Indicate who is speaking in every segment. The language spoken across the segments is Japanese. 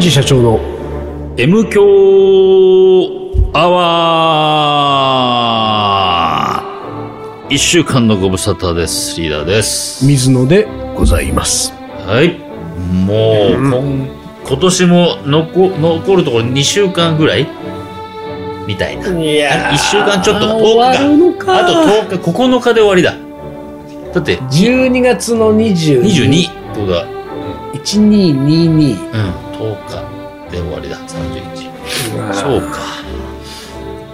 Speaker 1: 治社長の
Speaker 2: M 強アワー一週間のご無沙汰です。リーダーです。
Speaker 1: 水野でございます。
Speaker 2: はい。もう、こん、今年も残、残るところ2週間ぐらいみたいな。
Speaker 1: いや
Speaker 2: 1週間ちょっとか
Speaker 1: 終わるのか。
Speaker 2: あと10日、9日で終わりだ。だって、
Speaker 1: 12月の22
Speaker 2: 22ってことだ。
Speaker 1: 1222
Speaker 2: うん、10日で終わりだ。31。そうか。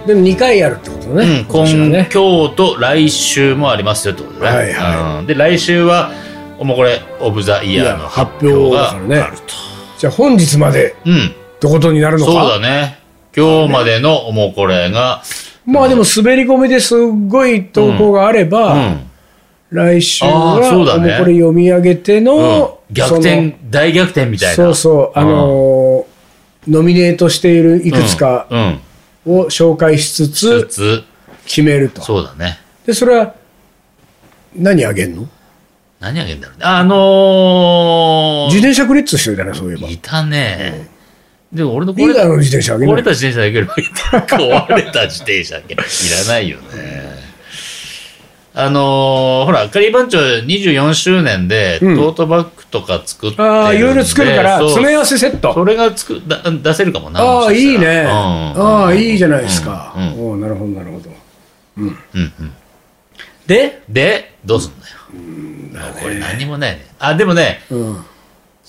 Speaker 1: でも2回やるってことね、
Speaker 2: うん、今
Speaker 1: 年は
Speaker 2: 今
Speaker 1: ね
Speaker 2: 日と来週もありますよってことだね。
Speaker 1: はいは
Speaker 2: うんで、来週は、もうこれ、オブザイヤー
Speaker 1: いや
Speaker 2: の
Speaker 1: 発
Speaker 2: 発
Speaker 1: 表
Speaker 2: 表
Speaker 1: だ
Speaker 2: が
Speaker 1: か
Speaker 2: あ
Speaker 1: ら
Speaker 2: る
Speaker 1: ね
Speaker 2: と。
Speaker 1: じゃあ本日まで
Speaker 2: うん、
Speaker 1: ってことになるのか
Speaker 2: そうだね。今日までのおもこれが、
Speaker 1: まあでも滑り込みですっごい投稿があれ
Speaker 2: う
Speaker 1: ば、
Speaker 2: ん、
Speaker 1: 来週
Speaker 2: あー
Speaker 1: は
Speaker 2: そうだ
Speaker 1: もう
Speaker 2: ね
Speaker 1: これ読み上げて
Speaker 2: うん
Speaker 1: の、
Speaker 2: 逆転、大逆転み
Speaker 1: そ
Speaker 2: た
Speaker 1: の
Speaker 2: いな。
Speaker 1: そうそうあのーノミネートしているい
Speaker 2: うん、
Speaker 1: くつか
Speaker 2: うん、
Speaker 1: を紹介しつ
Speaker 2: つ
Speaker 1: つ
Speaker 2: つ、
Speaker 1: 決めると
Speaker 2: そうだね。
Speaker 1: でそれは何あげんの
Speaker 2: 何あげんだろうね。あの
Speaker 1: 自転車クリッツしてるじゃないそういえば
Speaker 2: ー、いたね。でも俺のこ
Speaker 1: リーダーの
Speaker 2: れ、
Speaker 1: 自転車あげ
Speaker 2: 壊
Speaker 1: な
Speaker 2: れ
Speaker 1: い
Speaker 2: た自転車だけでもいい壊れた自転車だけいらないよね。あのー、ほら、カリー番長24周年で、
Speaker 1: うん
Speaker 2: トートバッグとか作ってるんで、
Speaker 1: ああいろいろ作るから
Speaker 2: そう
Speaker 1: 詰め合わせセット
Speaker 2: それがつくだ出せるかもな。
Speaker 1: ああ
Speaker 2: もし
Speaker 1: いい
Speaker 2: かした
Speaker 1: ね
Speaker 2: ら
Speaker 1: ああいいじゃないですか
Speaker 2: うんうん
Speaker 1: おおなるほどなるほど
Speaker 2: うんうん
Speaker 1: で
Speaker 2: で、どうすんだよ。これ何もないね。あ、でもね、
Speaker 1: うん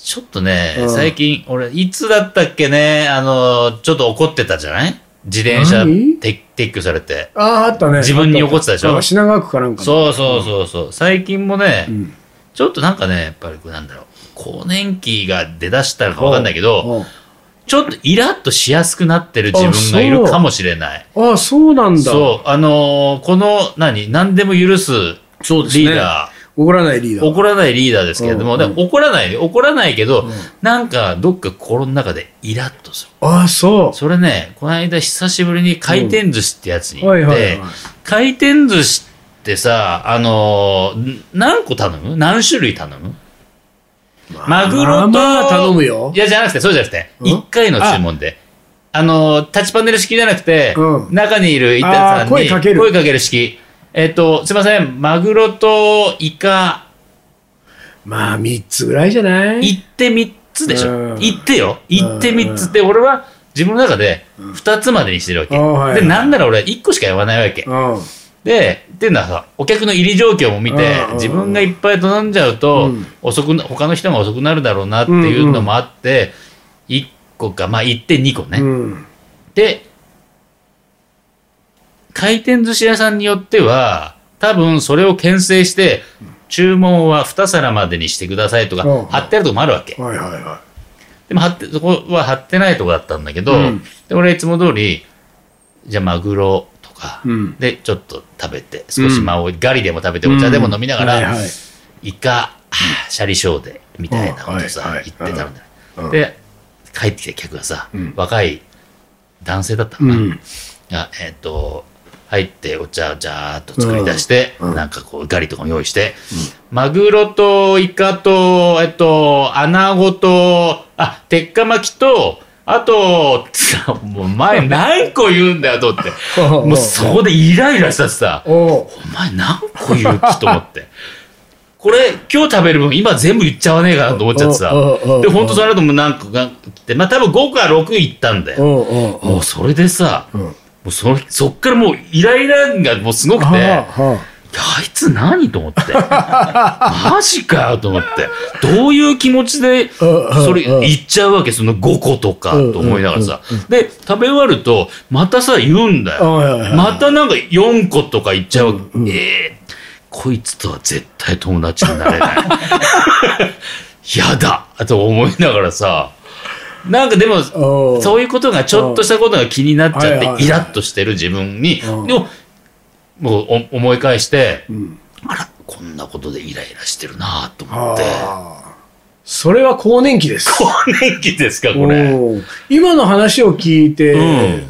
Speaker 2: ちょっとね、
Speaker 1: うん
Speaker 2: 最近、俺、いつだったっけね、あの、ちょっと怒ってたじゃない自転車
Speaker 1: 何
Speaker 2: て撤去されて。
Speaker 1: あああったね
Speaker 2: 自分に怒ってたでしょ
Speaker 1: ああ品川区かなんかの
Speaker 2: そうそうそうそう。最近もね、
Speaker 1: ん
Speaker 2: ちょっとなんかね、やっぱりこうなんだろう。更年期が出だしたのかわかんないけど、
Speaker 1: うん
Speaker 2: ちょっとイラッとしやすくなってる自分がいるかもしれない。
Speaker 1: ああそうなんだ
Speaker 2: そう、あのーこの、何、何でも許す
Speaker 1: そうですね
Speaker 2: リーダ
Speaker 1: 怒らないリー
Speaker 2: ー、
Speaker 1: ダー
Speaker 2: 怒らないリーダーですけれども、
Speaker 1: うんうん
Speaker 2: でも怒らない、怒らないけど、
Speaker 1: うん
Speaker 2: なんかどっか心の中でイラッとする。
Speaker 1: ああそ
Speaker 2: それね、この間久しぶりに回転寿司ってやつに
Speaker 1: うは
Speaker 2: 行
Speaker 1: い
Speaker 2: っ
Speaker 1: はい
Speaker 2: て
Speaker 1: はい、
Speaker 2: 回転寿司ってさ、あのーん何個頼む何種類頼むマグロ
Speaker 1: まあ
Speaker 2: と、
Speaker 1: まあ頼むよ
Speaker 2: いや、じゃなくて、そうじゃなくて、
Speaker 1: うん
Speaker 2: 一回の注文で。あの、タッチパネル式じゃなくて、
Speaker 1: うん
Speaker 2: 中にいる板
Speaker 1: あ
Speaker 2: さん
Speaker 1: ー声
Speaker 2: に
Speaker 1: かける
Speaker 2: 声かける式。えっと、すいません、マグロとイカ、
Speaker 1: まあ3つぐらいじゃない
Speaker 2: 行って3つでし
Speaker 1: う
Speaker 2: ょ。
Speaker 1: ん
Speaker 2: 行ってよ。行って3つで、俺は自分の中で2つまでにしてるわけ。
Speaker 1: あーはいはい
Speaker 2: で、なんなら俺1個しか言わないわけ
Speaker 1: う。ん
Speaker 2: で、っていうのはさ、お客の入り状況も見て
Speaker 1: うんうん、
Speaker 2: 自分がいっぱい頼んじゃうと、
Speaker 1: うん
Speaker 2: 遅くな、他の人が遅くなるだろうなっていうのもあって、1個か、まあ1点2個ね。
Speaker 1: うん
Speaker 2: で、回転寿司屋さんによっては、多分それを牽制して、注文は2皿までにしてくださいとか
Speaker 1: うん、
Speaker 2: 貼ってあるとこもあるわけ。
Speaker 1: はいはいは
Speaker 2: でも貼って、そこは貼ってないとこだったんだけど、
Speaker 1: うん
Speaker 2: で俺はいつも通り、じゃあマグロとか、
Speaker 1: うん
Speaker 2: で、ちょっと食べて、少し間を、ガリでも食べて、お茶でも飲みながら、
Speaker 1: うんはいはい
Speaker 2: イカ、シャリショーで、みたいなことさ、
Speaker 1: うんはいはい
Speaker 2: 言ってたんだよ、
Speaker 1: うん
Speaker 2: で、帰ってきた客がさ、
Speaker 1: うん
Speaker 2: 若い男性だっ
Speaker 1: い
Speaker 2: たの か
Speaker 1: う
Speaker 2: な、
Speaker 1: ん
Speaker 2: が、えっ、と、入ってお茶をジャーっと作り出して、
Speaker 1: うんうん
Speaker 2: なんかこう、ガリとかも用意して、マグロとイカと、えっと、アナゴと、あ、鉄火巻きと、あと、 つうのもう前何個言うんだよ、と思って。もうそこでイライラしたってさ、
Speaker 1: おう
Speaker 2: お前何個言うっと思って。これ、今日食べる分、今全部言っちゃわねえかなと思っちゃってさ。
Speaker 1: おうおうおう
Speaker 2: で、ほんとその後も何個か来て、まあ多分5個か6個行ったんだよ。
Speaker 1: おうおうおう
Speaker 2: もうそれでさ、
Speaker 1: うん
Speaker 2: もうそのそっからもうイライラがもうすごくて、いや
Speaker 1: はあはあ
Speaker 2: あいつ何と思って。 マジかよと思って。どういう気持ちで、
Speaker 1: うんうん
Speaker 2: それ
Speaker 1: うん
Speaker 2: 言っちゃうわけ、その5個とか
Speaker 1: うん
Speaker 2: と思いながらさ。で、食べ終わると、またさ、言うんだ
Speaker 1: はいはいはい
Speaker 2: よ。またなんか4個とか言っちゃうわけ。ええこいつとは絶対友達にな れない。やだと思いながらさ、なんかでも、
Speaker 1: おう
Speaker 2: そういうことが、ちょっとしたことが気になっち
Speaker 1: うんはいはい
Speaker 2: ゃっ
Speaker 1: はい
Speaker 2: て、イラッとしてる自分に、
Speaker 1: うん
Speaker 2: でも、もうお思い返して、
Speaker 1: ん
Speaker 2: あら、こんなことでイライラしてるなと思って。
Speaker 1: ああそれは更年期 です
Speaker 2: 更年期ですか、これ。
Speaker 1: おう今の話を聞いて、
Speaker 2: うん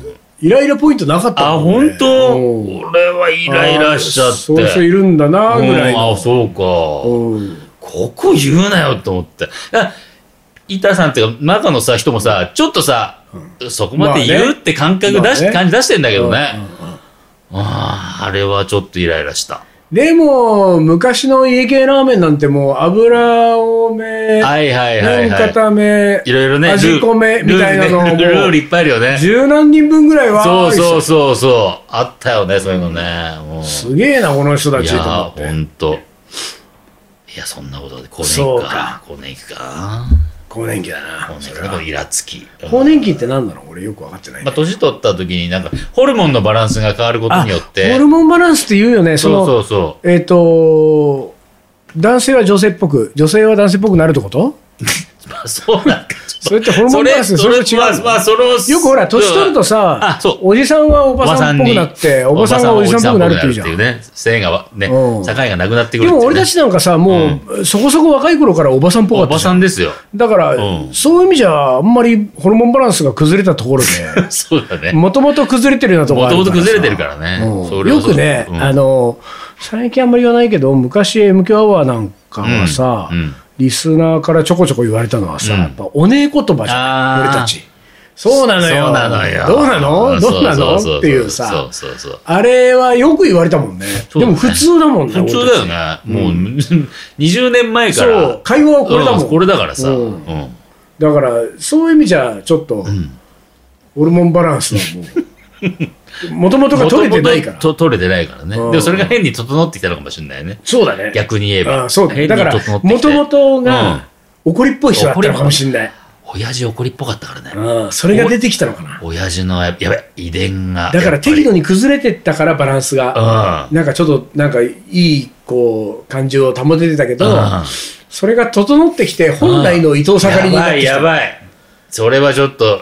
Speaker 1: イライラポイントなかった
Speaker 2: あ、
Speaker 1: もん
Speaker 2: 本
Speaker 1: ね
Speaker 2: 当
Speaker 1: おう
Speaker 2: 俺はイライラしちゃ
Speaker 1: あ
Speaker 2: っ
Speaker 1: ー
Speaker 2: て。
Speaker 1: そういう人いるんだなぐらい
Speaker 2: うん
Speaker 1: の
Speaker 2: あ、そうか。
Speaker 1: うん
Speaker 2: ここ言うなよと思って。あ板さんっていうか中のさ人もさちょっとさ、そこまで言うって感覚出し、
Speaker 1: まあね
Speaker 2: 感じ出してんだけどね、あああれはちょっとイライラした
Speaker 1: でも、昔の家系ラーメンなんてもう油多め、
Speaker 2: はいはいはい
Speaker 1: 麺
Speaker 2: はい
Speaker 1: 固め、
Speaker 2: いろいろね
Speaker 1: 味込めみたいなのも
Speaker 2: ルールねルールいっぱいあるよね
Speaker 1: 十何人分ぐらいは
Speaker 2: そうそうそうそうあったよねそういうのね、もう
Speaker 1: すげえな、この人た
Speaker 2: い
Speaker 1: ち
Speaker 2: や
Speaker 1: と思
Speaker 2: ー、
Speaker 1: って
Speaker 2: ほんと。いや、そんなことで、更年
Speaker 1: そう
Speaker 2: 期か
Speaker 1: か。
Speaker 2: 更年期か。
Speaker 1: 更年期だな
Speaker 2: 更。年期か。これイラつき。
Speaker 1: 更年期って何なの俺よく分かってない。
Speaker 2: まあ、年取った時になんか、ホルモンのバランスが変わることによって。
Speaker 1: ホルモンバランスって言うよね。そ
Speaker 2: そ
Speaker 1: の
Speaker 2: うそうそ
Speaker 1: えっ、と、男性は女性っぽく、女性は男性っぽくなるってこと
Speaker 2: う。まあ、そうなんか。ちょっと
Speaker 1: それってホルモンバランス
Speaker 2: それ、
Speaker 1: そ
Speaker 2: そ
Speaker 1: れと
Speaker 2: れ
Speaker 1: 違
Speaker 2: ま
Speaker 1: う
Speaker 2: あ、まあ、その、
Speaker 1: よくほら、年取るとさ
Speaker 2: あそう、
Speaker 1: おじさんはおばさんっぽくなって、おばさんはおじさんっぽくなるっていうじゃん。
Speaker 2: おばさはおじさんっぽくなるっていうね。性がわ、ね、
Speaker 1: うん
Speaker 2: 境がなくなってく
Speaker 1: で
Speaker 2: るっていうね
Speaker 1: も俺たちなんかさ、もう、そこそこ若い頃からおばさんっぽか
Speaker 2: お
Speaker 1: った
Speaker 2: ば
Speaker 1: じゃ
Speaker 2: さ
Speaker 1: ん。
Speaker 2: んですよ。
Speaker 1: だから、
Speaker 2: うん、
Speaker 1: そういう意味じゃ、あんまりホルモンバランスが崩れたところで
Speaker 2: そうだね。
Speaker 1: もともと崩れてるようなところ
Speaker 2: も
Speaker 1: あ
Speaker 2: と
Speaker 1: る
Speaker 2: も
Speaker 1: か
Speaker 2: と
Speaker 1: ら
Speaker 2: 崩れてるからね。そ
Speaker 1: うん
Speaker 2: れは
Speaker 1: よ
Speaker 2: そう
Speaker 1: くね、
Speaker 2: うん
Speaker 1: あの最近あんまり言わないけど昔 MQ アワーなんかはさ、
Speaker 2: うんうん
Speaker 1: リスナーからちょこちょこ言われたのはさ、
Speaker 2: うん
Speaker 1: やっぱおねえ言葉じゃ
Speaker 2: あ
Speaker 1: ん
Speaker 2: ー
Speaker 1: 俺たちそうなのよ
Speaker 2: そうなのよ。
Speaker 1: どうなのどうな
Speaker 2: そ
Speaker 1: の
Speaker 2: そそ
Speaker 1: っていうさ
Speaker 2: そうそうそう。
Speaker 1: あれはよく言われたもんね
Speaker 2: そう
Speaker 1: で
Speaker 2: だね
Speaker 1: も普通だもんね
Speaker 2: 普通だよね。もう、20年 前か
Speaker 1: 俺たちそ
Speaker 2: ら。
Speaker 1: う会話はこれだも
Speaker 2: うんこれだからさ。
Speaker 1: う
Speaker 2: うんん。
Speaker 1: だからそういう意味じゃちょっと、ホルモンバランス はもう元々が取れてないから
Speaker 2: 元々と取れてないからね。で
Speaker 1: うん
Speaker 2: もそれが変に整ってきたのかもしれないね。
Speaker 1: そうだね
Speaker 2: 逆に言えば。
Speaker 1: あそうだね。
Speaker 2: 変
Speaker 1: だ
Speaker 2: に
Speaker 1: から
Speaker 2: 整っ、て
Speaker 1: も
Speaker 2: き
Speaker 1: と
Speaker 2: て
Speaker 1: もと
Speaker 2: うん
Speaker 1: が、怒りっぽい人だったのかもしれない。
Speaker 2: 親父怒りっぽかったからね。
Speaker 1: うん、それが出てきたのかな。
Speaker 2: 親父の、ややべ、遺伝が。
Speaker 1: だから適
Speaker 2: や
Speaker 1: 度に崩れてったから、バランスが。
Speaker 2: っぱり
Speaker 1: なんかちょっと、なんかいい、こう、感じを保ててたけ
Speaker 2: うん。
Speaker 1: ど、それが整ってきて、本来の伊藤盛り
Speaker 2: うん
Speaker 1: に
Speaker 2: や
Speaker 1: なっ
Speaker 2: ば
Speaker 1: て
Speaker 2: い、
Speaker 1: きた。
Speaker 2: やばい。それはちょっと、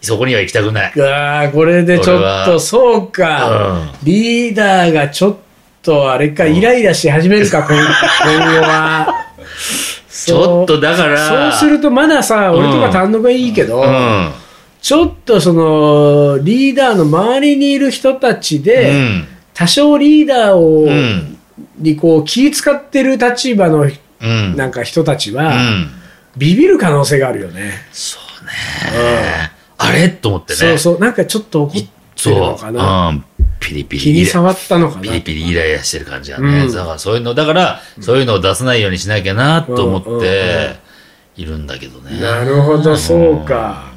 Speaker 2: そこには行きたくない。
Speaker 1: ああ、これでちょ
Speaker 2: これ
Speaker 1: っ
Speaker 2: は
Speaker 1: と、そうか、リーダーがちょっと、あれか、イライラし始める か、今今後は。
Speaker 2: ちょっとだか
Speaker 1: そ
Speaker 2: ら。
Speaker 1: うするとまださ、俺とか単独はいいけど、
Speaker 2: うん。
Speaker 1: ちょっとそのリーダーの周りにいる人たちで、
Speaker 2: うん。
Speaker 1: 多少リーダーを、
Speaker 2: うん。
Speaker 1: にこう気使ってる立場の
Speaker 2: うん。
Speaker 1: なんか人たち
Speaker 2: う
Speaker 1: は、
Speaker 2: ん。
Speaker 1: ビビる可能性があるよね。
Speaker 2: そうね。あれと思ってね。
Speaker 1: そうそう、なんかちょっと怒ってるの
Speaker 2: そう。
Speaker 1: かな。
Speaker 2: うん。ピリピ
Speaker 1: 気
Speaker 2: リ
Speaker 1: に
Speaker 2: イラ。
Speaker 1: 触ったのか
Speaker 2: ピ
Speaker 1: な。
Speaker 2: リピリイライラしてる感じだね。
Speaker 1: うん
Speaker 2: だからそういうの、だから、そういうのを出さないようにしなきゃなと思
Speaker 1: うんうんう
Speaker 2: っ
Speaker 1: ん
Speaker 2: ているんだけどね。
Speaker 1: なるほど、そうか。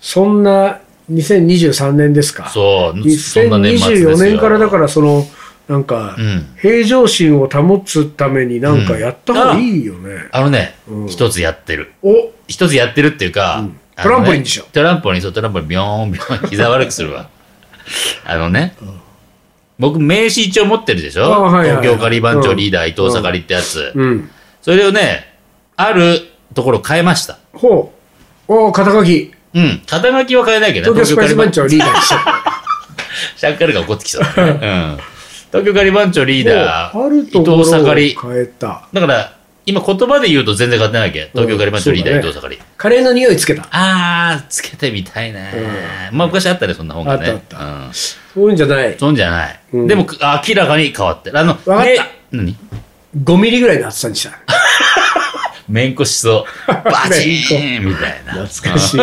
Speaker 1: そんな2023年ですか。
Speaker 2: そう。そんな年末ですよ
Speaker 1: 2024年からだからその、なんか、
Speaker 2: うん。
Speaker 1: 平常心を保つためになんかやった方がいいよね。
Speaker 2: あのね
Speaker 1: う、ん
Speaker 2: 一つやってる。
Speaker 1: お
Speaker 2: 一つやってるっていうか、あのね
Speaker 1: トランポリンでしょ
Speaker 2: トランポリン、そう、トランポリン、ビョーン、ビョーン、膝悪くするわ。あのね、僕、名刺一応持ってるでしょ、
Speaker 1: あはいはいはい
Speaker 2: 東京カリバン
Speaker 1: う
Speaker 2: 長
Speaker 1: ん
Speaker 2: リーダー、伊藤盛りってやつ、
Speaker 1: うん。
Speaker 2: それをね、あるところ変えました。
Speaker 1: ほう。おー肩書き。
Speaker 2: うん。肩書きは変えないけど
Speaker 1: 東京スパイス番長リーダーでした。
Speaker 2: シャンカルが怒ってきそうだね。うん。東京カリバン長リーダ
Speaker 1: ほうあ
Speaker 2: ー、
Speaker 1: ると
Speaker 2: 伊
Speaker 1: ころを
Speaker 2: 藤盛り。
Speaker 1: 変えた。
Speaker 2: だから、今言葉で言うと全然変わってないわけ。東京カリバン長リーダー、
Speaker 1: うん
Speaker 2: 伊藤盛り。
Speaker 1: カレーの匂いつけた。
Speaker 2: あー、つけてみたいね。まあ昔あったね、そんな本がね。
Speaker 1: あった
Speaker 2: うん
Speaker 1: そういうんじゃない。
Speaker 2: そんじゃない。
Speaker 1: うん
Speaker 2: でも、明らかに変わってる。あの、
Speaker 1: かった
Speaker 2: ね何
Speaker 1: 5ミリぐらいの厚さにした。
Speaker 2: めんこ しそう。バチーンみたいな。
Speaker 1: 懐かしい。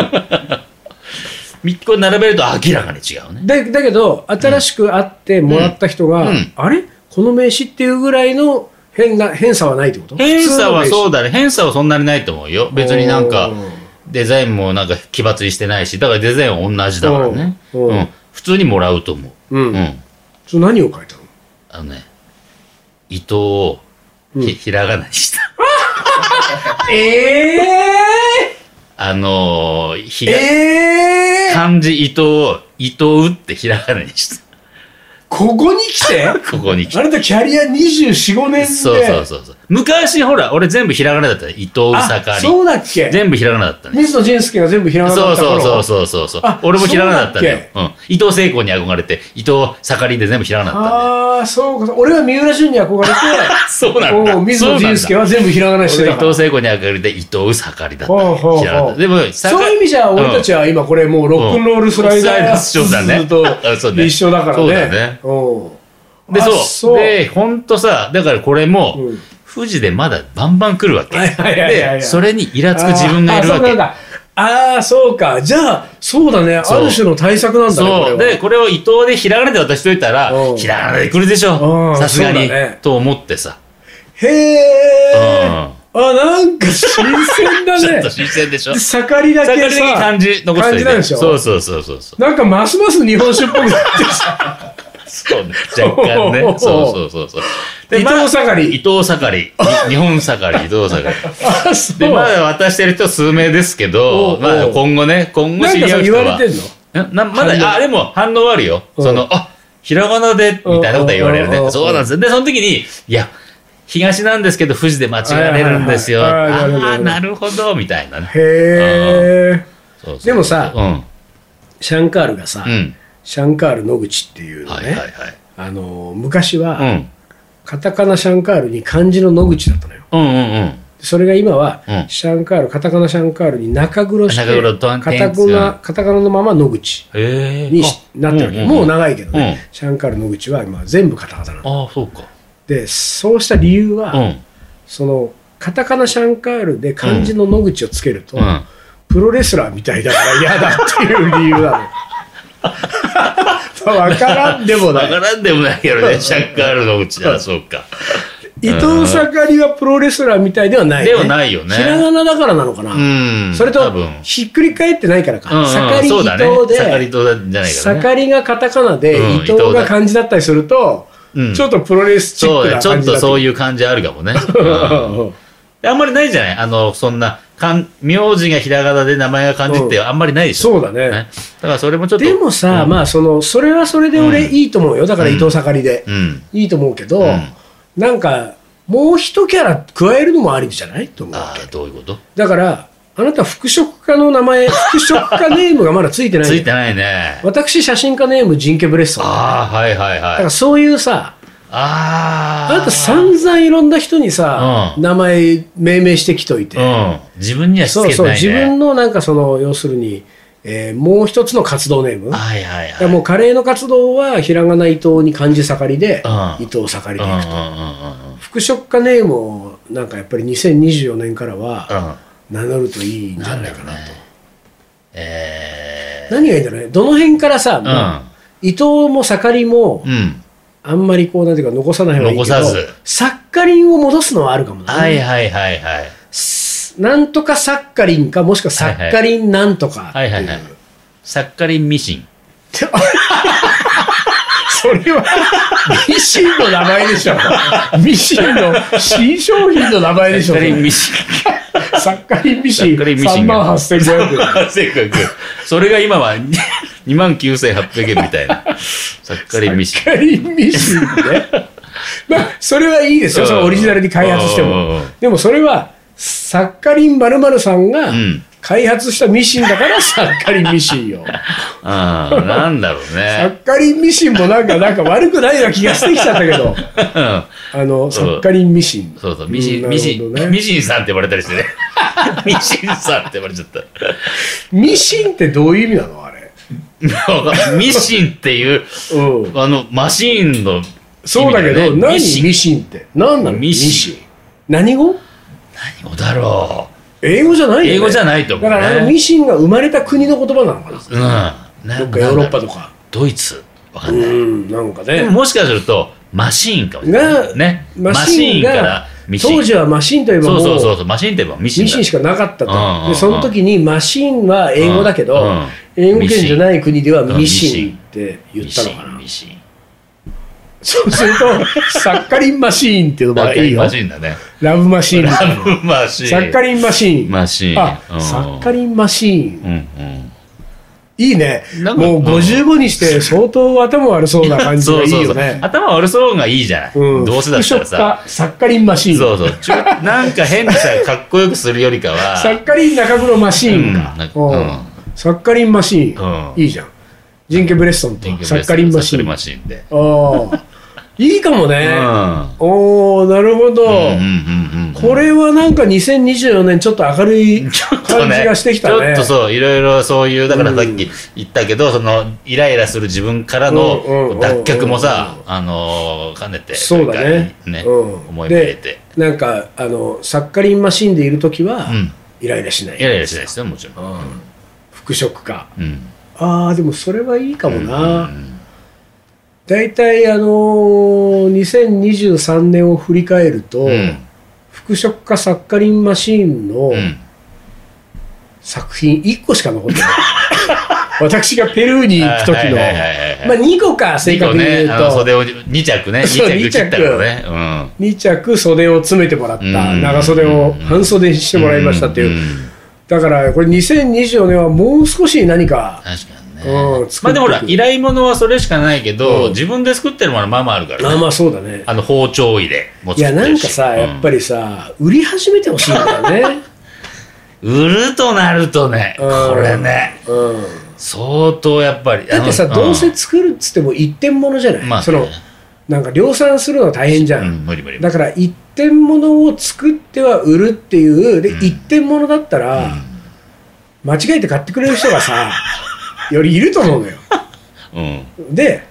Speaker 2: みっこ並べると明らかに違うね。
Speaker 1: だだけど、新しく会ってもらった人が、
Speaker 2: うんうん
Speaker 1: あれこの名刺っていうぐらいの変な、変さはないってこと
Speaker 2: 偏差は
Speaker 1: う。
Speaker 2: そうだね。偏差はそんなにないと思うよ。別になんか
Speaker 1: おー、
Speaker 2: デザインもなんか奇抜にしてないし、だからデザインは同じだからね。
Speaker 1: おうおう
Speaker 2: うん。普通にもらうと思う。
Speaker 1: う。
Speaker 2: うんん。
Speaker 1: それ何を書いたの
Speaker 2: あのね、伊藤を
Speaker 1: うん
Speaker 2: ひひらがなにした。
Speaker 1: え
Speaker 2: あのー、ひ
Speaker 1: え
Speaker 2: が
Speaker 1: ええ
Speaker 2: 漢字伊藤を伊藤ってひらがなに した。
Speaker 1: ここに来 て
Speaker 2: ここに来て
Speaker 1: あなたキャリア24、5年で。
Speaker 2: そうそうそうそう。昔、ほら、俺全部ひらがなだったね伊藤
Speaker 1: あ
Speaker 2: さか
Speaker 1: そ
Speaker 2: り。
Speaker 1: うだっけ
Speaker 2: 全部ひらがなだったね。
Speaker 1: 水野仁介が全部ひらがなだ
Speaker 2: そ
Speaker 1: っ
Speaker 2: う
Speaker 1: た
Speaker 2: そう
Speaker 1: 頃
Speaker 2: そうそうそうそう
Speaker 1: あ。
Speaker 2: 俺もひらがなだったんだよ
Speaker 1: そ。
Speaker 2: うん。伊藤聖子に憧れて、伊藤さかりで全部ひらがなだったんだよ。
Speaker 1: ああそうか俺は三浦淳に憧れて
Speaker 2: そうなんだ。
Speaker 1: おう水野仁介は全部ひらがなし
Speaker 2: そう
Speaker 1: て
Speaker 2: なん
Speaker 1: た
Speaker 2: だ俺伊藤聖子に憧れて、伊藤さかりだったんだよ。
Speaker 1: ほうほうほう
Speaker 2: ひらがなだったでも、さか
Speaker 1: そういう意味じゃ俺たちは今これもうロックンロールスライダ
Speaker 2: うん
Speaker 1: ー
Speaker 2: スライダー
Speaker 1: ずっと
Speaker 2: あそうね
Speaker 1: 一緒だからね
Speaker 2: そうだね
Speaker 1: おう
Speaker 2: で、
Speaker 1: あ
Speaker 2: そう。
Speaker 1: そう
Speaker 2: で、ほんとさ、だからこれも
Speaker 1: うん、
Speaker 2: 富士でまだバンバン来るわけ。
Speaker 1: はいはいはいはいはい
Speaker 2: で、それにイラつく自分がいるわけ。
Speaker 1: あーそうかあーそうかじゃあそうだねあ
Speaker 2: そう
Speaker 1: る種の対策なんだねこれ
Speaker 2: そ
Speaker 1: は
Speaker 2: う。で、これを伊藤でひらがなで渡しといたら
Speaker 1: うん、
Speaker 2: ひらがなで来るでし
Speaker 1: う
Speaker 2: ょ。
Speaker 1: ん
Speaker 2: さすが
Speaker 1: そ
Speaker 2: に
Speaker 1: うだね。
Speaker 2: と思ってさ。
Speaker 1: へえ、
Speaker 2: うん
Speaker 1: あなんか新鮮だ
Speaker 2: ちょ
Speaker 1: ね
Speaker 2: っと新鮮でしょ。
Speaker 1: 盛りだ
Speaker 2: 盛
Speaker 1: け
Speaker 2: りに
Speaker 1: さ
Speaker 2: 漢字残して
Speaker 1: 感じなんでしょ
Speaker 2: そうそうそうそうそう。
Speaker 1: なんかますます日本酒っぽくなってきた
Speaker 2: そうね。若 干ね。そうそうそうそう。
Speaker 1: 伊藤盛り
Speaker 2: 伊藤盛り。日本盛り、伊藤盛り。
Speaker 1: あ そう
Speaker 2: で、まだ渡してる人数名です
Speaker 1: お
Speaker 2: け
Speaker 1: うお
Speaker 2: ど、
Speaker 1: う
Speaker 2: まあ今後ね、今後
Speaker 1: な
Speaker 2: 知
Speaker 1: んか
Speaker 2: り合
Speaker 1: そう言
Speaker 2: う人
Speaker 1: わ
Speaker 2: は
Speaker 1: れ。てんの
Speaker 2: ななま
Speaker 1: 反応
Speaker 2: だ、あ、でも反応はあるよ。
Speaker 1: うん
Speaker 2: その、あ、ひらがなで、みたいなことは言われる
Speaker 1: うんうんうんう
Speaker 2: ね。
Speaker 1: ん
Speaker 2: そうなんですよ。で、その時に、いや、東なんですけど、富士で間違えれるんですよ。
Speaker 1: はいはいはいあー
Speaker 2: ああ、
Speaker 1: な
Speaker 2: なるほど、みたいなね。
Speaker 1: へえ
Speaker 2: そうそうそう
Speaker 1: でもさ
Speaker 2: うん。
Speaker 1: シャンカールがさ、
Speaker 2: うん。
Speaker 1: シャンカール野口っていうの
Speaker 2: はい
Speaker 1: ね、
Speaker 2: はいはい。
Speaker 1: あのー昔は、
Speaker 2: うん。
Speaker 1: カタカナシャンカールに漢字の野口だったのよ
Speaker 2: うんうんうん。
Speaker 1: それが今は、
Speaker 2: うん
Speaker 1: シャンカールカタカナシャンカールに中黒して
Speaker 2: 中黒と
Speaker 1: カ
Speaker 2: ん
Speaker 1: タカ
Speaker 2: てんつ
Speaker 1: ナ
Speaker 2: よ
Speaker 1: カタカナのまま野口
Speaker 2: へえ。
Speaker 1: にしなってるわけ、もう
Speaker 2: な。
Speaker 1: 長いけどね、
Speaker 2: う
Speaker 1: シャンカール野口は今全部カタカナなの
Speaker 2: ああ、そうか。
Speaker 1: でそうした理由は、
Speaker 2: うん。
Speaker 1: そのカタカナシャンカールで漢字の野口をつけると、
Speaker 2: うん。
Speaker 1: プロレスラーみたいだから嫌だっていう理由 なの。わからんでも
Speaker 2: わ
Speaker 1: な
Speaker 2: か
Speaker 1: い。
Speaker 2: らんでもないけどね、シャンカールのうちならそうか。
Speaker 1: 伊藤盛りはプロレスラーみたいではない、ね。
Speaker 2: ではないよね
Speaker 1: ひらがなだからなのかな。
Speaker 2: うん。
Speaker 1: それ
Speaker 2: 多
Speaker 1: と
Speaker 2: 分。、
Speaker 1: ひっくり返ってないからか。
Speaker 2: うんうん
Speaker 1: 盛り伊
Speaker 2: そうだね。盛り伊
Speaker 1: 藤で、
Speaker 2: 藤なんじゃないかな。
Speaker 1: 盛りがカタカナ
Speaker 2: うん
Speaker 1: で、伊藤
Speaker 2: 伊藤
Speaker 1: が
Speaker 2: だ
Speaker 1: 漢字だったりすると、
Speaker 2: うん
Speaker 1: ちょっとプロレスチッ
Speaker 2: そう
Speaker 1: ク
Speaker 2: だ
Speaker 1: な
Speaker 2: ね、ちょ
Speaker 1: 感
Speaker 2: っ
Speaker 1: じだ
Speaker 2: と
Speaker 1: った
Speaker 2: そういう感じあるかもね。うん
Speaker 1: うん
Speaker 2: あんまりないじゃないあの、そんな、かん名字がひらがなで名前が漢字ってあんまりないでしょ。
Speaker 1: そうだね。
Speaker 2: ねだからそれもちょっと。
Speaker 1: でもさ、
Speaker 2: うん
Speaker 1: まあ、その、それはそれで俺いいと思うよ。だから伊藤盛りで。
Speaker 2: うん。
Speaker 1: いいと思うけど、
Speaker 2: うん
Speaker 1: なんかもう一キャラ加えるのもありじゃないと思うわ
Speaker 2: あ
Speaker 1: け
Speaker 2: あ、どういうこと
Speaker 1: だからあなた服飾家の名 前服飾家ネームがまだついてない
Speaker 2: ついてないね。
Speaker 1: 私写真家ネームジンケブレッソンだ,、
Speaker 2: ああ、はいはいは
Speaker 1: か
Speaker 2: い
Speaker 1: ら。そういうさ
Speaker 2: ああ。
Speaker 1: あなた散々いろんな人にさ、
Speaker 2: うん
Speaker 1: 名前命名してきといて、
Speaker 2: うん。自分にはしつ
Speaker 1: そう
Speaker 2: けて
Speaker 1: そう
Speaker 2: ないね。
Speaker 1: 自分のなんかその要するに、えーもう一つの活動ネームだか
Speaker 2: はいはいはい。
Speaker 1: らもうカレーの活動はひらがな伊藤に漢字盛りで、
Speaker 2: う
Speaker 1: 伊
Speaker 2: ん
Speaker 1: 藤盛り
Speaker 2: う
Speaker 1: で
Speaker 2: ん
Speaker 1: いうくと。
Speaker 2: んうんうんうん。
Speaker 1: 服飾家ネームをなんかやっぱり2024年からは名乗るといいんじゃないかなと、
Speaker 2: と。え
Speaker 1: 何がいいんだろうねどの辺からさ、
Speaker 2: ー。
Speaker 1: もう伊藤も盛りも
Speaker 2: うん。うん。
Speaker 1: あんまりこうなんていうか残さない方がいいけど
Speaker 2: 残さず
Speaker 1: サッカリンを戻すのはあるかもな、
Speaker 2: はいはいはいはい。
Speaker 1: なんとかサッカリンかもしくはサッカリンなんとかって
Speaker 2: はいはいはい。サッカリンミシン。
Speaker 1: それはミシンの名前でしょミシンの新商品の名前でし
Speaker 2: サ
Speaker 1: ょ
Speaker 2: ッカリンミシン。
Speaker 1: サッカリンミシン
Speaker 2: サッカリンミシ
Speaker 1: 3
Speaker 2: ン
Speaker 1: 万
Speaker 2: が
Speaker 1: 8500円
Speaker 2: せっかく。 それが今は2万9800円みたいな。サッカリンミシン。
Speaker 1: カリンミシンね。まあ、それはいいですよ、
Speaker 2: うん
Speaker 1: そのオリジナルに開発して
Speaker 2: うんうん
Speaker 1: も
Speaker 2: うん。
Speaker 1: でもそれは、サッカリン〇〇さんが
Speaker 2: ん
Speaker 1: 開発したミシンだから、サッカリンミシンよ。
Speaker 2: ああ、なんだろう
Speaker 1: サ
Speaker 2: ね。
Speaker 1: ッカリンミシンもなんか、なんか悪くないような気がしてきちゃったけど、あの、サッカリンミシン。
Speaker 2: そうそう、ミシ
Speaker 1: う
Speaker 2: ン、
Speaker 1: ん
Speaker 2: ミシン、
Speaker 1: なるほどね
Speaker 2: ミシンさんって呼ばれたりしてね。 ミシンさんって呼ばれちゃった。
Speaker 1: ミシンってどういう意味なのあれ。
Speaker 2: ミシンっていう、
Speaker 1: うん。
Speaker 2: あの、マシーンの、
Speaker 1: そうだけど、何ミシ
Speaker 2: ン
Speaker 1: ンって。何なの
Speaker 2: ミシン
Speaker 1: 何語
Speaker 2: 何語だろ
Speaker 1: 英語じゃないよ、ね、
Speaker 2: 英語じゃないと思うね
Speaker 1: だからあのミシンが生まれた国の言葉なのかな
Speaker 2: う。うん。な
Speaker 1: どっかヨーロッパとか。
Speaker 2: ドイツわか
Speaker 1: うん
Speaker 2: ない。
Speaker 1: ん、なんか
Speaker 2: でも
Speaker 1: ね。
Speaker 2: もしかすると、マシーンかもしれない。ね。マシーンからミシン。
Speaker 1: 当時はマシンといえば
Speaker 2: そ
Speaker 1: も
Speaker 2: う
Speaker 1: う
Speaker 2: そうそうそう、マシーンって言えばミシン
Speaker 1: ミ
Speaker 2: だ。
Speaker 1: シンしかなかったと、
Speaker 2: うんうん
Speaker 1: でその時にマシンは英語だけど、
Speaker 2: うんうん
Speaker 1: 英語圏じゃない国では
Speaker 2: ミシン
Speaker 1: ミシンって言ったのかな
Speaker 2: ミシン。ミシン
Speaker 1: そうする とサッカリンマシーンっていうのがいいよ
Speaker 2: マシーンだね。
Speaker 1: ラブマシーンみたいな
Speaker 2: ラブマシーン。
Speaker 1: サッカリンマシーン
Speaker 2: マシーン
Speaker 1: あ、
Speaker 2: うん
Speaker 1: サッカリンマシーン
Speaker 2: うんうん。
Speaker 1: いいね
Speaker 2: なんか
Speaker 1: もう55にして相当頭悪そうな感じがいいよね
Speaker 2: そうそうそう頭悪そうがいいじゃない。
Speaker 1: うん
Speaker 2: どうせだったら
Speaker 1: 服飾
Speaker 2: さ。
Speaker 1: 家サッカリンマシーン
Speaker 2: そうそう。ちょなんか変にさ、かっこよくするよりかは。
Speaker 1: サッカリン中黒マシーン
Speaker 2: う
Speaker 1: か
Speaker 2: んなん。か
Speaker 1: おう
Speaker 2: うん
Speaker 1: サッカリンマシーン。
Speaker 2: うん
Speaker 1: いいじゃん。ジンケブレッソンと
Speaker 2: 人間ブレス
Speaker 1: サッカリンマシ
Speaker 2: サッカリン
Speaker 1: ーン。
Speaker 2: マシンで。
Speaker 1: ああ。いいかも
Speaker 2: うん。う
Speaker 1: ね。
Speaker 2: ん
Speaker 1: おー、なるほど。
Speaker 2: うんうんうん。
Speaker 1: これはなんか2024年ちょっと明るい感じがしてきたね。
Speaker 2: ちょっとそう、いろいろそういう、だからさっ
Speaker 1: うん
Speaker 2: き言ったけど、その、イライラする自分からの
Speaker 1: うんうんうんうん
Speaker 2: 脱却もさ、あのー兼ねて、
Speaker 1: そうだね
Speaker 2: 今回ね、
Speaker 1: うん
Speaker 2: 思いも入れて。
Speaker 1: なんか、あの、サッカリンマシンでいるときは、
Speaker 2: うん
Speaker 1: イライラしない。
Speaker 2: イライラしないですよ、もちろん。
Speaker 1: うん復職か。
Speaker 2: うん。
Speaker 1: ああ、でもそれはいいかもな。
Speaker 2: うん
Speaker 1: 大体、あのー2023年を振り返ると、
Speaker 2: うん
Speaker 1: 復職かサッカリンマシンの
Speaker 2: うん。
Speaker 1: 作品1個しか残ってない。 私がペルーに行く時
Speaker 2: はい
Speaker 1: の、
Speaker 2: はいはいはいはい
Speaker 1: まあ2個か、正確に言う
Speaker 2: 二個ね、あの
Speaker 1: と、
Speaker 2: 袖を2着ね、2
Speaker 1: そう
Speaker 2: 着切ったからね。
Speaker 1: 2着袖を詰めてもらった、
Speaker 2: うん
Speaker 1: 長袖を
Speaker 2: うん
Speaker 1: 半袖にして
Speaker 2: うん。
Speaker 1: もらいましたっていう。
Speaker 2: ん
Speaker 1: だから、これ2024年はもう少し何か、
Speaker 2: 確かにね
Speaker 1: うん。作
Speaker 2: まあでもほら
Speaker 1: っ、てい
Speaker 2: 依
Speaker 1: く
Speaker 2: 頼物はそれしかないけど、
Speaker 1: うん
Speaker 2: 自分で作ってるものはまあまああるからね。
Speaker 1: まあまあそうだね。
Speaker 2: あの包丁入れも
Speaker 1: いや、なんかさ、やっぱ
Speaker 2: り、
Speaker 1: りさ、売り始めてほしいんだよね。
Speaker 2: うん売るとなるとね、
Speaker 1: うん
Speaker 2: これね、
Speaker 1: うん。
Speaker 2: 相当やっぱり。
Speaker 1: だってさ、
Speaker 2: あの
Speaker 1: どうせ
Speaker 2: ん
Speaker 1: 作るっつっても一点物じゃない、
Speaker 2: まあね
Speaker 1: その、なんか量産するの大変じゃ。
Speaker 2: うんん、無理無理。
Speaker 1: だから一点物を作っては売るっていう、で、
Speaker 2: うん
Speaker 1: 一点物だったら、間違えて買ってくれる人が さ、よりいると思うのよ。
Speaker 2: うん。うん。
Speaker 1: で、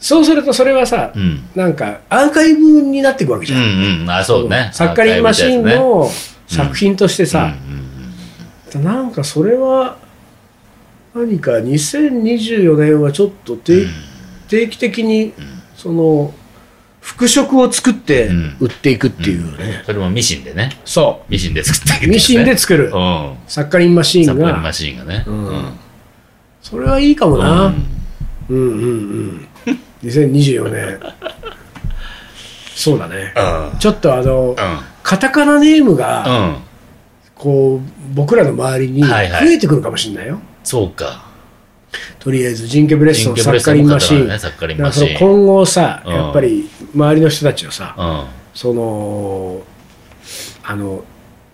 Speaker 1: そうするとそれはさ、
Speaker 2: うん。
Speaker 1: なんかアーカイブになっていくわけじ
Speaker 2: う
Speaker 1: ゃん。
Speaker 2: んうん。あ、そうね。
Speaker 1: サッカリンマシンの作品としてさ、
Speaker 2: さ、うんうん
Speaker 1: なんかそれは何か2024年はちょっと定,、定期的にその服飾を作って
Speaker 2: うん
Speaker 1: 売っていくっていうね、
Speaker 2: それもミシンでね。
Speaker 1: そ
Speaker 2: ミシンで作ってあげ
Speaker 1: う
Speaker 2: てね
Speaker 1: ミシンで作る、
Speaker 2: うん。
Speaker 1: サッカリンマシ
Speaker 2: サ
Speaker 1: ーン
Speaker 2: ッカリン
Speaker 1: が
Speaker 2: マシンがね。
Speaker 1: うんそれはいいかもな、
Speaker 2: う
Speaker 1: うん、
Speaker 2: ん
Speaker 1: うんうん2024年そうだね
Speaker 2: うん。
Speaker 1: ちょっとあの
Speaker 2: うん。
Speaker 1: カタカナネーム
Speaker 2: う
Speaker 1: が
Speaker 2: ん。
Speaker 1: こう僕らの周りに増
Speaker 2: はいはい
Speaker 1: えてくるかもしれないよ、
Speaker 2: そうか。
Speaker 1: とりあえずジンケブレッソン
Speaker 2: ジンケ
Speaker 1: サ
Speaker 2: ブレ
Speaker 1: ッ
Speaker 2: ッソ
Speaker 1: カ
Speaker 2: ン
Speaker 1: リン
Speaker 2: も
Speaker 1: マシーン、
Speaker 2: カタカナねサッカリン
Speaker 1: だから
Speaker 2: マ
Speaker 1: そ
Speaker 2: シーン
Speaker 1: の今後さ、
Speaker 2: うん
Speaker 1: やっぱり周りの人たちをさ、
Speaker 2: うん。
Speaker 1: そのあの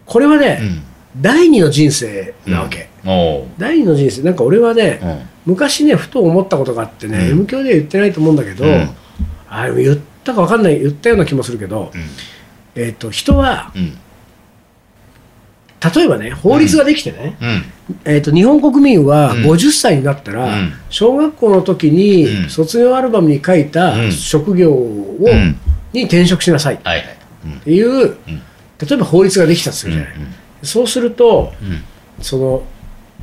Speaker 1: これは
Speaker 2: う
Speaker 1: ね、
Speaker 2: ん。
Speaker 1: 第二の人生なわけ、
Speaker 2: おう。
Speaker 1: 第二の人生なんか俺はね、
Speaker 2: うん。
Speaker 1: 昔ねふと思ったことがあってね、
Speaker 2: うん
Speaker 1: M 教では言ってないと思うんだけど、
Speaker 2: うん
Speaker 1: あでも言ったか分かんない言ったような気もするけど、えっと人は
Speaker 2: うん。
Speaker 1: 例えばね法律ができてね、
Speaker 2: うん。
Speaker 1: えー、と日本国民は
Speaker 2: うん
Speaker 1: 50歳になったら、
Speaker 2: うん
Speaker 1: 小学校の時
Speaker 2: う
Speaker 1: に
Speaker 2: ん
Speaker 1: 卒業アルバムに書いた
Speaker 2: うん
Speaker 1: 職業を、
Speaker 2: うん
Speaker 1: に転職しなさいっ
Speaker 2: はいはい。うん。
Speaker 1: ていう、
Speaker 2: ん
Speaker 1: 例えば法律ができたとするじゃない、そうすると
Speaker 2: うん。うん。
Speaker 1: その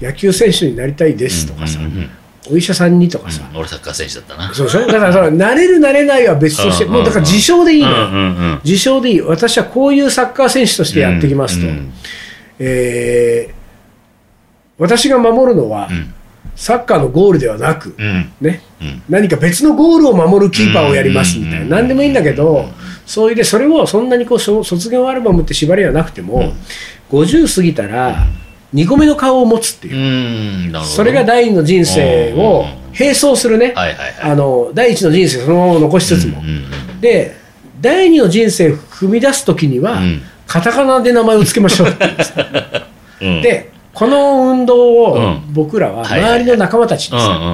Speaker 1: 野球選手になりたいですとかさ、
Speaker 2: うんうんうん
Speaker 1: お医者さんにとかさ、
Speaker 2: うん俺サッカー選手だったな。
Speaker 1: そうでしょだからその慣れる慣れないは別として、
Speaker 2: うん
Speaker 1: もうだから自称でいいのよ、
Speaker 2: うんうんうん
Speaker 1: 自称でいい私はこういうサッカー選手としてやってきますと、
Speaker 2: うん
Speaker 1: えー私が守るのは、
Speaker 2: うん
Speaker 1: サッカーのゴールではなく、
Speaker 2: うん
Speaker 1: ね、
Speaker 2: うん
Speaker 1: 何か別のゴールを守るキーパーをやりますみたい
Speaker 2: うん
Speaker 1: な、なんでもいいんだけど、そういうで、それをそんなにこうしょ卒業アルバムって縛りはなくても、50過ぎたら、2個目の顔を持つって
Speaker 2: う
Speaker 1: いう、
Speaker 2: んなるほど
Speaker 1: それが第二の人生を
Speaker 2: うん
Speaker 1: 並走するね、
Speaker 2: はいはいはい
Speaker 1: あの第一の人生そのまま残しつつも
Speaker 2: うん。うん
Speaker 1: で、第二の人生踏み出すときには、
Speaker 2: うん
Speaker 1: カタカナで名前をつけましょうって言うんですね
Speaker 2: うん
Speaker 1: で、この運動
Speaker 2: う
Speaker 1: を
Speaker 2: ん
Speaker 1: 僕らは
Speaker 2: はいはいはい
Speaker 1: 周りの仲間たち
Speaker 2: う
Speaker 1: に
Speaker 2: んう
Speaker 1: さ、
Speaker 2: んうんう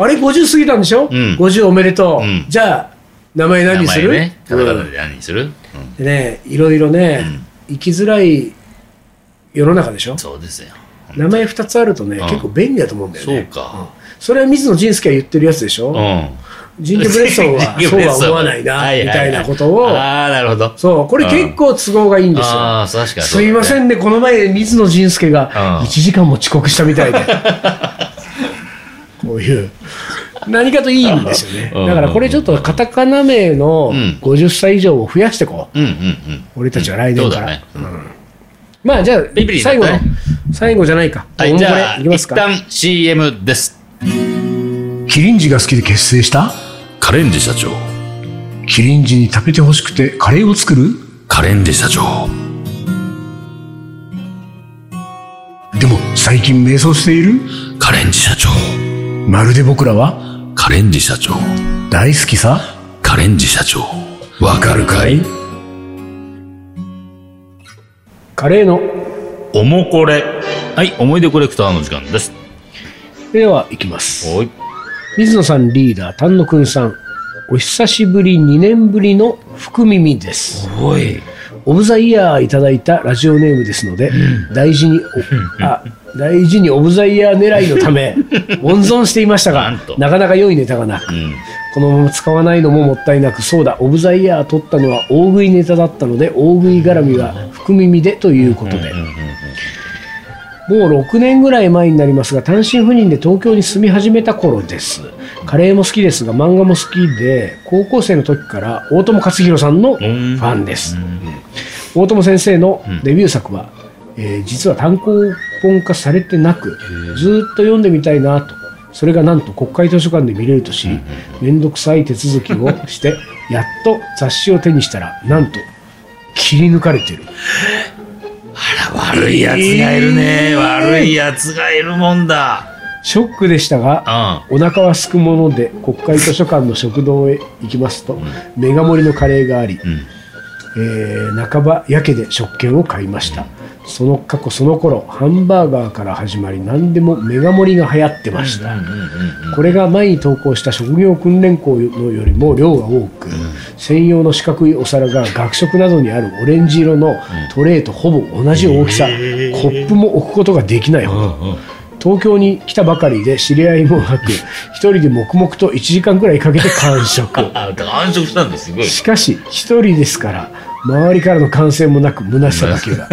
Speaker 2: ん
Speaker 1: あれ50過ぎたんでしょ、
Speaker 2: ん
Speaker 1: ?50 おめでとう、
Speaker 2: うん
Speaker 1: じゃあ名前何にする
Speaker 2: 名前ねカタカナ
Speaker 1: うん
Speaker 2: で何にする
Speaker 1: でねいろいろね、生きづらい世の中でしょ
Speaker 2: うんそうですよ
Speaker 1: 名前2つあるとね、
Speaker 2: うん
Speaker 1: 結構便利だと思うんだよ
Speaker 2: そ
Speaker 1: ね
Speaker 2: うか
Speaker 1: それは水野仁介が言ってるやつでしょ、
Speaker 2: うん
Speaker 1: ジンケブレッソン は
Speaker 2: ジンケ
Speaker 1: そ
Speaker 2: ブ
Speaker 1: う
Speaker 2: レッ
Speaker 1: は
Speaker 2: ソン
Speaker 1: 思わないな、
Speaker 2: はは
Speaker 1: み
Speaker 2: は
Speaker 1: たいなことを
Speaker 2: ああなるほど
Speaker 1: そうこれ結構都合がいいんですよ、
Speaker 2: ああ確かに
Speaker 1: すいませ
Speaker 2: ん
Speaker 1: んね、この前、水野仁介が
Speaker 2: う
Speaker 1: 1
Speaker 2: ん
Speaker 1: 時間も遅刻したみ たいで、こういう、何かといいんですよね。
Speaker 2: うん
Speaker 1: だからこれちょっとカタカナ名の
Speaker 2: うん
Speaker 1: 50歳以上を増やしてこ
Speaker 2: うんうんうん
Speaker 1: う、俺たちは来
Speaker 2: そ
Speaker 1: 年
Speaker 2: う
Speaker 1: か
Speaker 2: だ
Speaker 1: ら
Speaker 2: ね。
Speaker 1: まあじゃあ
Speaker 2: ビビリ、になっ
Speaker 1: 最後
Speaker 2: た
Speaker 1: の
Speaker 2: ね、
Speaker 1: 最後じゃないか。
Speaker 2: はいじゃあ
Speaker 1: いきます
Speaker 2: 一
Speaker 1: か。
Speaker 2: 旦 CM です
Speaker 1: キリンジが好きで結成した
Speaker 3: カレンジ社長
Speaker 1: キリンジに食べてほしくてカレーを作る
Speaker 3: カレンジ社長
Speaker 1: でも最近迷走している
Speaker 3: カレンジ社長
Speaker 1: まるで僕らは
Speaker 3: カレンジ社長
Speaker 1: 大好きさ。
Speaker 3: カレンジ社長わかるかい
Speaker 1: カレーの、
Speaker 2: おもこれはい思い出コレクターの時間です
Speaker 1: ではいきます。
Speaker 2: おい
Speaker 1: 水野さんリーダー、丹野くんさん、お久しぶり2年ぶりの福耳です。
Speaker 2: おい。
Speaker 1: オブザイヤーいただいたラジオネームですので、大事に、おあ、大事にオブザイヤー狙いのた め、温存していましたが
Speaker 2: なんと、
Speaker 1: なかなか良いネタがなく、
Speaker 2: うん。
Speaker 1: このまま使わないのももったいなく、そうだ、オブザイヤー取ったのは大食いネタだったので、大食い絡みは福耳でということで。もう6年ぐらい前になりますが、単身赴任で東京に住み始めた頃です。カレーも好きですが、漫画も好きで、高校生の時から大友克洋さんのファンです。大友先生のデビュー作は、えー実は単行本化されてなく、ずーっと読んでみたいなと、それがなんと国会図書館で見れると知り、めんどくさい手続きをして、 やっと雑誌を手にしたら、なんと、切り抜かれてる。
Speaker 2: 悪いやつがいるね、悪いやつがいるもんだ。
Speaker 1: ショックでしたが、
Speaker 2: う
Speaker 1: お腹は空くもので国会図書館の食堂へ行きますと、メガ盛りのカレーがあり、
Speaker 2: ん
Speaker 1: えー半ばやけで食券を買いました、その過去その頃ハンバーガーから始まり何でもメガ盛りが流行ってました、
Speaker 2: ん。うん
Speaker 1: これが前に投稿した職業訓練校のよりも量が多く、専用の四角いお皿が学食などにあるオレンジ色のトレーとほぼ同じ大きさ、コップも置くことができないほど、東京に来たばかりで知り合いもなく一人で黙々と1時間くらいかけて完 食
Speaker 2: あ、だから暗食したんです、すごい。
Speaker 1: しかし一人ですから周りからの感染もなく虚しさだけ が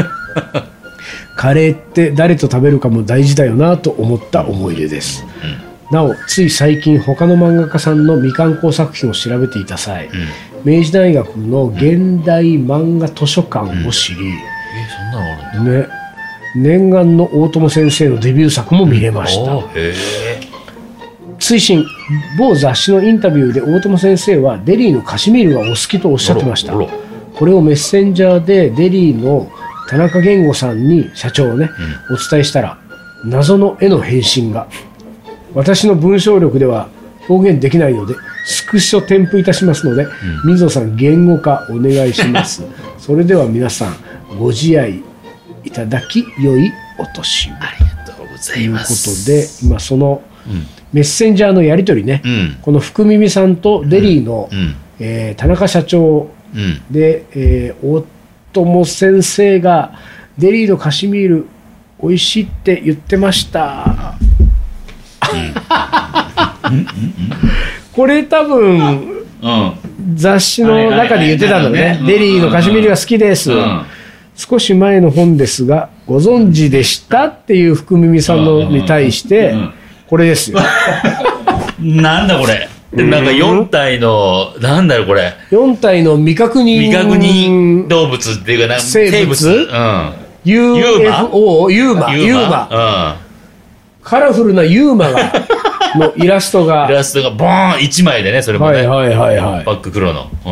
Speaker 1: カレーって誰と食べるかも大事だよなと思った思い出です、なおつい最近他の漫画家さんの未刊行作品を調べていた際、明治大学の現代漫画図書館を知り、
Speaker 2: え、そんなのあるんだ。
Speaker 1: ね念願の大友先生のデビュー作も見れました、
Speaker 2: おへえ。
Speaker 1: 追伸某雑誌のインタビューで大友先生はデリーのカシミールがお好きとおっしゃってました
Speaker 2: あらあら
Speaker 1: これをメッセンジャーでデリーの田中健吾さんに社長をね、お伝えしたら謎の絵の返信が私の文章力では表現できないのでスクショ添付いたしますので、水野さん言語化お願いします それでは皆さんご自愛いただき良いお年を
Speaker 2: ありがとうござ
Speaker 1: と
Speaker 2: い
Speaker 1: いうこ
Speaker 2: ます。
Speaker 1: とで今そのメッセンジャーのやり取りね、
Speaker 2: うん
Speaker 1: この福耳さんとデリーの、
Speaker 2: うん
Speaker 1: えー田中社長
Speaker 2: うん。
Speaker 1: で、えー大友先生がデリーのカシミール美味しいって言ってました。これ多分
Speaker 2: うん。
Speaker 1: 雑誌の中で言ってたんだ
Speaker 2: はいはいはい
Speaker 1: ね
Speaker 2: う。ん
Speaker 1: デリーのカシミールが好きです。
Speaker 2: うん
Speaker 1: 少し前の本ですが、ご存知でしたっていう福耳さんのに対して
Speaker 2: うん、
Speaker 1: これですよ。
Speaker 2: なんだこれ。でなんか4体の、なんだろうこれ。
Speaker 1: 4体の未確認
Speaker 2: 未確認動物っていうか、なんか
Speaker 1: 生物
Speaker 2: うん。
Speaker 1: UFO、ユーマ、ユーマ。
Speaker 2: マ。
Speaker 1: カラフルなユーマ が、のイラスト
Speaker 2: うん。イ
Speaker 1: が。
Speaker 2: ラストがボーン1枚でね、それも
Speaker 1: は
Speaker 2: ね。
Speaker 1: いはいはいは
Speaker 2: バック黒の。う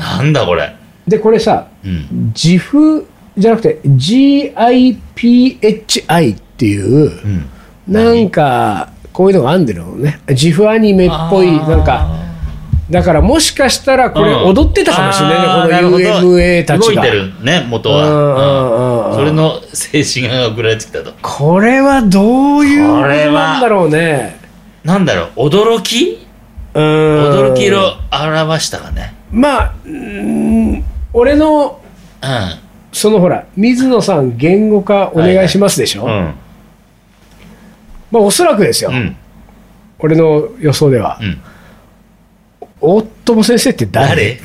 Speaker 2: ん。なんだこれ。
Speaker 1: い。で、これさ、
Speaker 2: うん。
Speaker 1: 自負じゃなくて、GIPHI っていう、
Speaker 2: ん
Speaker 1: なんか、こういうのがあんでるのね。自負アニメっぽい、
Speaker 2: あー
Speaker 1: なんか、だからもしかしたらこれ
Speaker 2: うん
Speaker 1: 踊ってたかもしれないね、
Speaker 2: あー
Speaker 1: この
Speaker 2: なるほど
Speaker 1: UMA たち
Speaker 2: 動
Speaker 1: が
Speaker 2: いて。るね、元
Speaker 1: うんうんうんう
Speaker 2: は。
Speaker 1: ん
Speaker 2: それの静止画が送られてきたと。
Speaker 1: これはどういうこ
Speaker 2: ことれは
Speaker 1: なんだろうね。
Speaker 2: なんだろう、驚き
Speaker 1: 驚
Speaker 2: 驚き色表したかね。
Speaker 1: まあ、うーん俺の、
Speaker 2: う
Speaker 1: そのほら、水野さん、言語化お願いしますでしょ、
Speaker 2: ん。うん。
Speaker 1: まあ、おそらくですよ、
Speaker 2: うん。
Speaker 1: 俺の予想では、
Speaker 2: うん。
Speaker 1: 大友先生って誰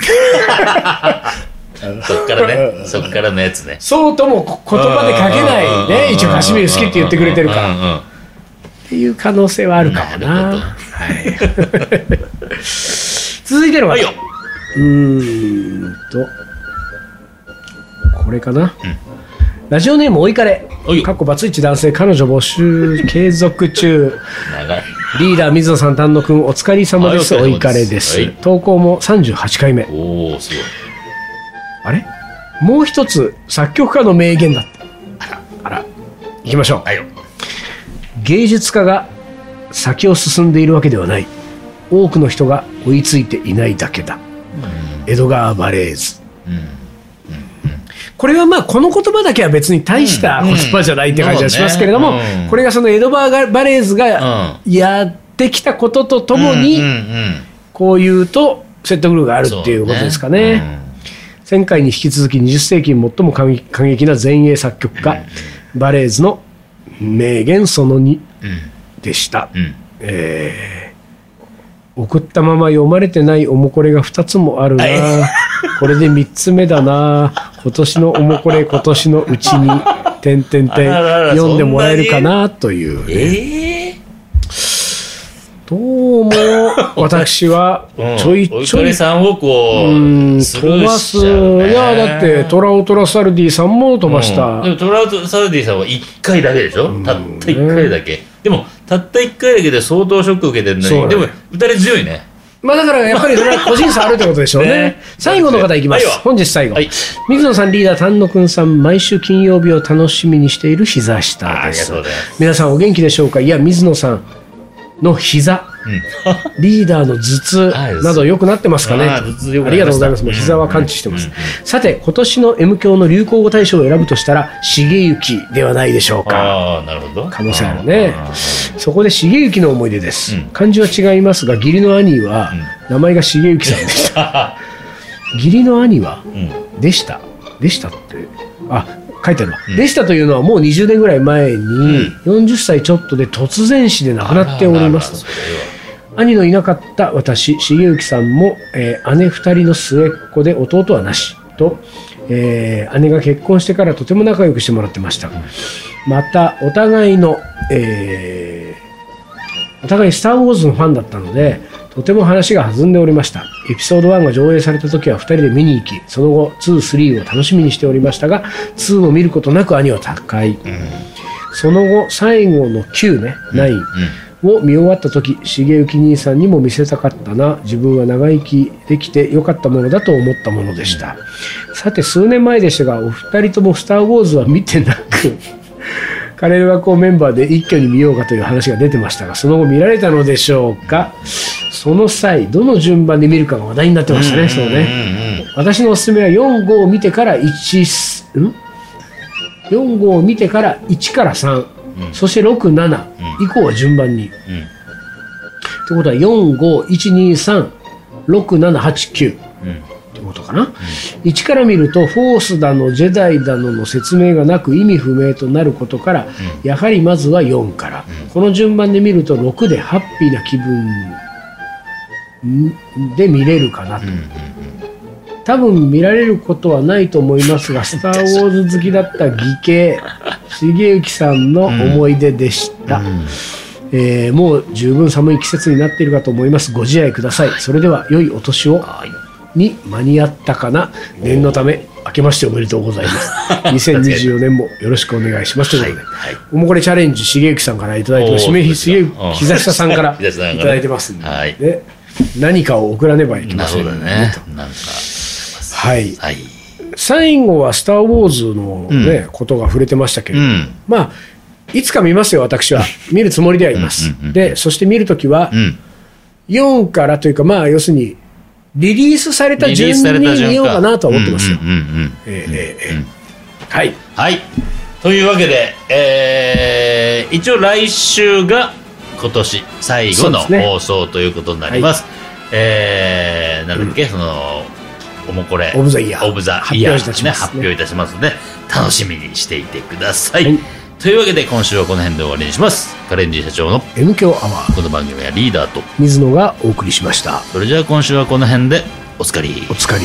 Speaker 2: 誰 そっから
Speaker 1: う
Speaker 2: ね、
Speaker 1: ん
Speaker 2: そっからのやつね。
Speaker 1: そうともこ言葉で書けないね、一応、カシミール好きって言ってくれてるから
Speaker 2: うんうんうん
Speaker 1: っていう可能性はあるかもな。
Speaker 2: なるほど
Speaker 1: はい、続いての
Speaker 2: は
Speaker 1: はい
Speaker 2: よ。
Speaker 1: うーんと、これかな。ラジオネームおいかれ
Speaker 2: おい、よ
Speaker 1: かっこバツイチ男性、彼女募集継続中。
Speaker 2: 長い。
Speaker 1: リーダー水野さん丹野くんお疲れ様です
Speaker 2: はい
Speaker 1: お
Speaker 2: お疲れ様です
Speaker 1: いかれです、
Speaker 2: はい
Speaker 1: 投稿も38回目
Speaker 2: おおすごい。
Speaker 1: あれもう一つ作曲家の名言だってあらあらいきましょう、
Speaker 2: はいよ。
Speaker 1: 芸術家が先を進んでいるわけではない多くの人が追いついていないだけだ、エドガー・バレーズ、これはまあこの言葉だけは別に大した言葉じゃないって感じはしますけれども、
Speaker 2: うんうんうん
Speaker 1: これがそのエドバーガー・バレーズが
Speaker 2: う
Speaker 1: やってきたこととと
Speaker 2: ん。
Speaker 1: もに、
Speaker 2: うんうんうん
Speaker 1: こう言うと説得力があるっていうことですかね。前回に引き続き20世紀に最も過激過激な前衛作曲家、バレーズの名言その2
Speaker 2: うん
Speaker 1: でした。
Speaker 2: うんうん
Speaker 1: えー送ったまま読まれてないおもこれが2つもあるな
Speaker 2: は。
Speaker 1: これで3つ目だな。今年のおもこれ、今年のうち に、点々点
Speaker 2: あららら
Speaker 1: 読んでもらえるかなという、ね。
Speaker 2: ええ
Speaker 1: どうも、私は、
Speaker 2: うん
Speaker 1: ちょいち
Speaker 2: お
Speaker 1: ょ
Speaker 2: 怒
Speaker 1: い
Speaker 2: り、さんをこ
Speaker 1: うん、
Speaker 2: う、スル
Speaker 1: 飛
Speaker 2: ー
Speaker 1: ば
Speaker 2: し
Speaker 1: す。
Speaker 2: ちゃうね
Speaker 1: いや、だって、トラオトラサルディさんも飛ばした。
Speaker 2: うんでもトラウト・サルディさんは1回だけでしょ、たった1回だけでもたった1回だけで相当ショック受けてるの
Speaker 1: そう
Speaker 2: に、
Speaker 1: だね
Speaker 2: でも打たれ強いね
Speaker 1: まあだからやっぱりそれは個人差あるってことでしょうね。
Speaker 2: ね
Speaker 1: 最後の方いきます。
Speaker 2: はいよ
Speaker 1: 本日最後、
Speaker 2: はい
Speaker 1: 水野さんリーダー丹野くんさん、毎週金曜日を楽しみにしている膝下で
Speaker 2: ありが
Speaker 1: す
Speaker 2: とう。ございます
Speaker 1: 皆さんお元気でしょうかいや、水野さんの膝、リーダーの頭痛など良くなってますかね。
Speaker 2: あー頭痛良く
Speaker 1: あ
Speaker 2: な
Speaker 1: り
Speaker 2: り
Speaker 1: がとう
Speaker 2: ました
Speaker 1: ございます。もう膝は完治してます。さて、今年の M 教の流行語大賞を選ぶとしたら、重幸ではないでしょうか。
Speaker 2: ああなるほど
Speaker 1: 可能性あるね
Speaker 2: あー
Speaker 1: そこで重幸の思い出です、
Speaker 2: うん
Speaker 1: 漢字は違いますが義理の兄は、名前が重幸さんで した義理の兄は、でしたでしたってあ書いてあるわ、でしたというのはもう20年ぐらい前に、40歳ちょっとで突然死で亡くなっております
Speaker 2: あららら
Speaker 1: 兄のいなかった私重幸さんも、えー姉2人の末っ子で弟はなしと、えー姉が結婚してからとても仲良くしてもらってましたまたお互いの、えーお互い「スター・ウォーズ」のファンだったのでとても話が弾んでおりましたエピソード1が上映された時は2人で見に行きその後23を楽しみにしておりましたが2を見ることなく兄は他界、その後最後の9ね9、を見終わった時重幸兄さんにも見せたかったな自分は長生きできてよかったものだと思ったものでした、さて数年前でしたがお二人とも「スター・ウォーズ」は見てなく カレル学校メンバーで一挙に見ようかという話が出てましたがその後見られたのでしょうかその際どの順番で見るかが話題になってましたね、そうね、私のおすすめは4号を見てから1すん4号を見てから1から3、そして67以降は順番に、っ
Speaker 2: ん
Speaker 1: てことは451236789
Speaker 2: うんうん
Speaker 1: ってことかな、1から見るとフォースだのジェダイだのの説明がなく意味不明となることから、やはりまずは4から、この順番で見ると6でハッピーな気分んで見れるかなと、多分見られることはないと思います が「スター・ウォーズ」好きだった義兄重幸さんの思い出でした、えーもう十分寒い季節になっているかと思いますご自愛くださいそれでは良いお年をに間に合ったかな念のため明けましておめでとうございます 2024年もよろしくお願いしますということで、
Speaker 2: はいはい
Speaker 1: もうこれチャレンジ重幸さんからいただいてます
Speaker 2: おー
Speaker 1: 姫ひ
Speaker 2: そうですか
Speaker 1: 重膝下さんからい
Speaker 2: うん膝下さんからね
Speaker 1: ただいてますんで,、
Speaker 2: はい
Speaker 1: で何かを送らねばいけま
Speaker 2: なる
Speaker 1: せ
Speaker 2: ほ
Speaker 1: ん
Speaker 2: どねなんか
Speaker 1: はい
Speaker 2: はい
Speaker 1: 最後は「スター・ウォーズ」の、ねことが触れてましたけれ
Speaker 2: う
Speaker 1: ど、
Speaker 2: ん
Speaker 1: まあいつか見ますよ私は見るつもりではいます
Speaker 2: うんうんうん
Speaker 1: でそして見るときは
Speaker 2: うん
Speaker 1: 4からというかまあ要するにリリースされた順に見ようかなとは思ってますよ、
Speaker 2: うんうんうんうん
Speaker 1: ええええええはい
Speaker 2: はい。というわけで、えー一応来週が今年最
Speaker 1: そ
Speaker 2: 後の
Speaker 1: うですね
Speaker 2: 放送ということになります。えーなんだっけ、その、おもこれ、
Speaker 1: オブザイヤー
Speaker 2: オブザ
Speaker 1: 発
Speaker 2: イヤ
Speaker 1: 表いた
Speaker 2: ー
Speaker 1: し
Speaker 2: ね、
Speaker 1: ますね
Speaker 2: 発表いたしますので、楽しみにしていてください。
Speaker 1: はい
Speaker 2: というわけで、今週はこの辺で終わりにします。カレンジ社長の
Speaker 1: M 強アワー
Speaker 2: この番組はリーダーと、
Speaker 1: 水野がお送りしました
Speaker 2: それじゃあ今週はこの辺で、おつかり。
Speaker 1: お疲れ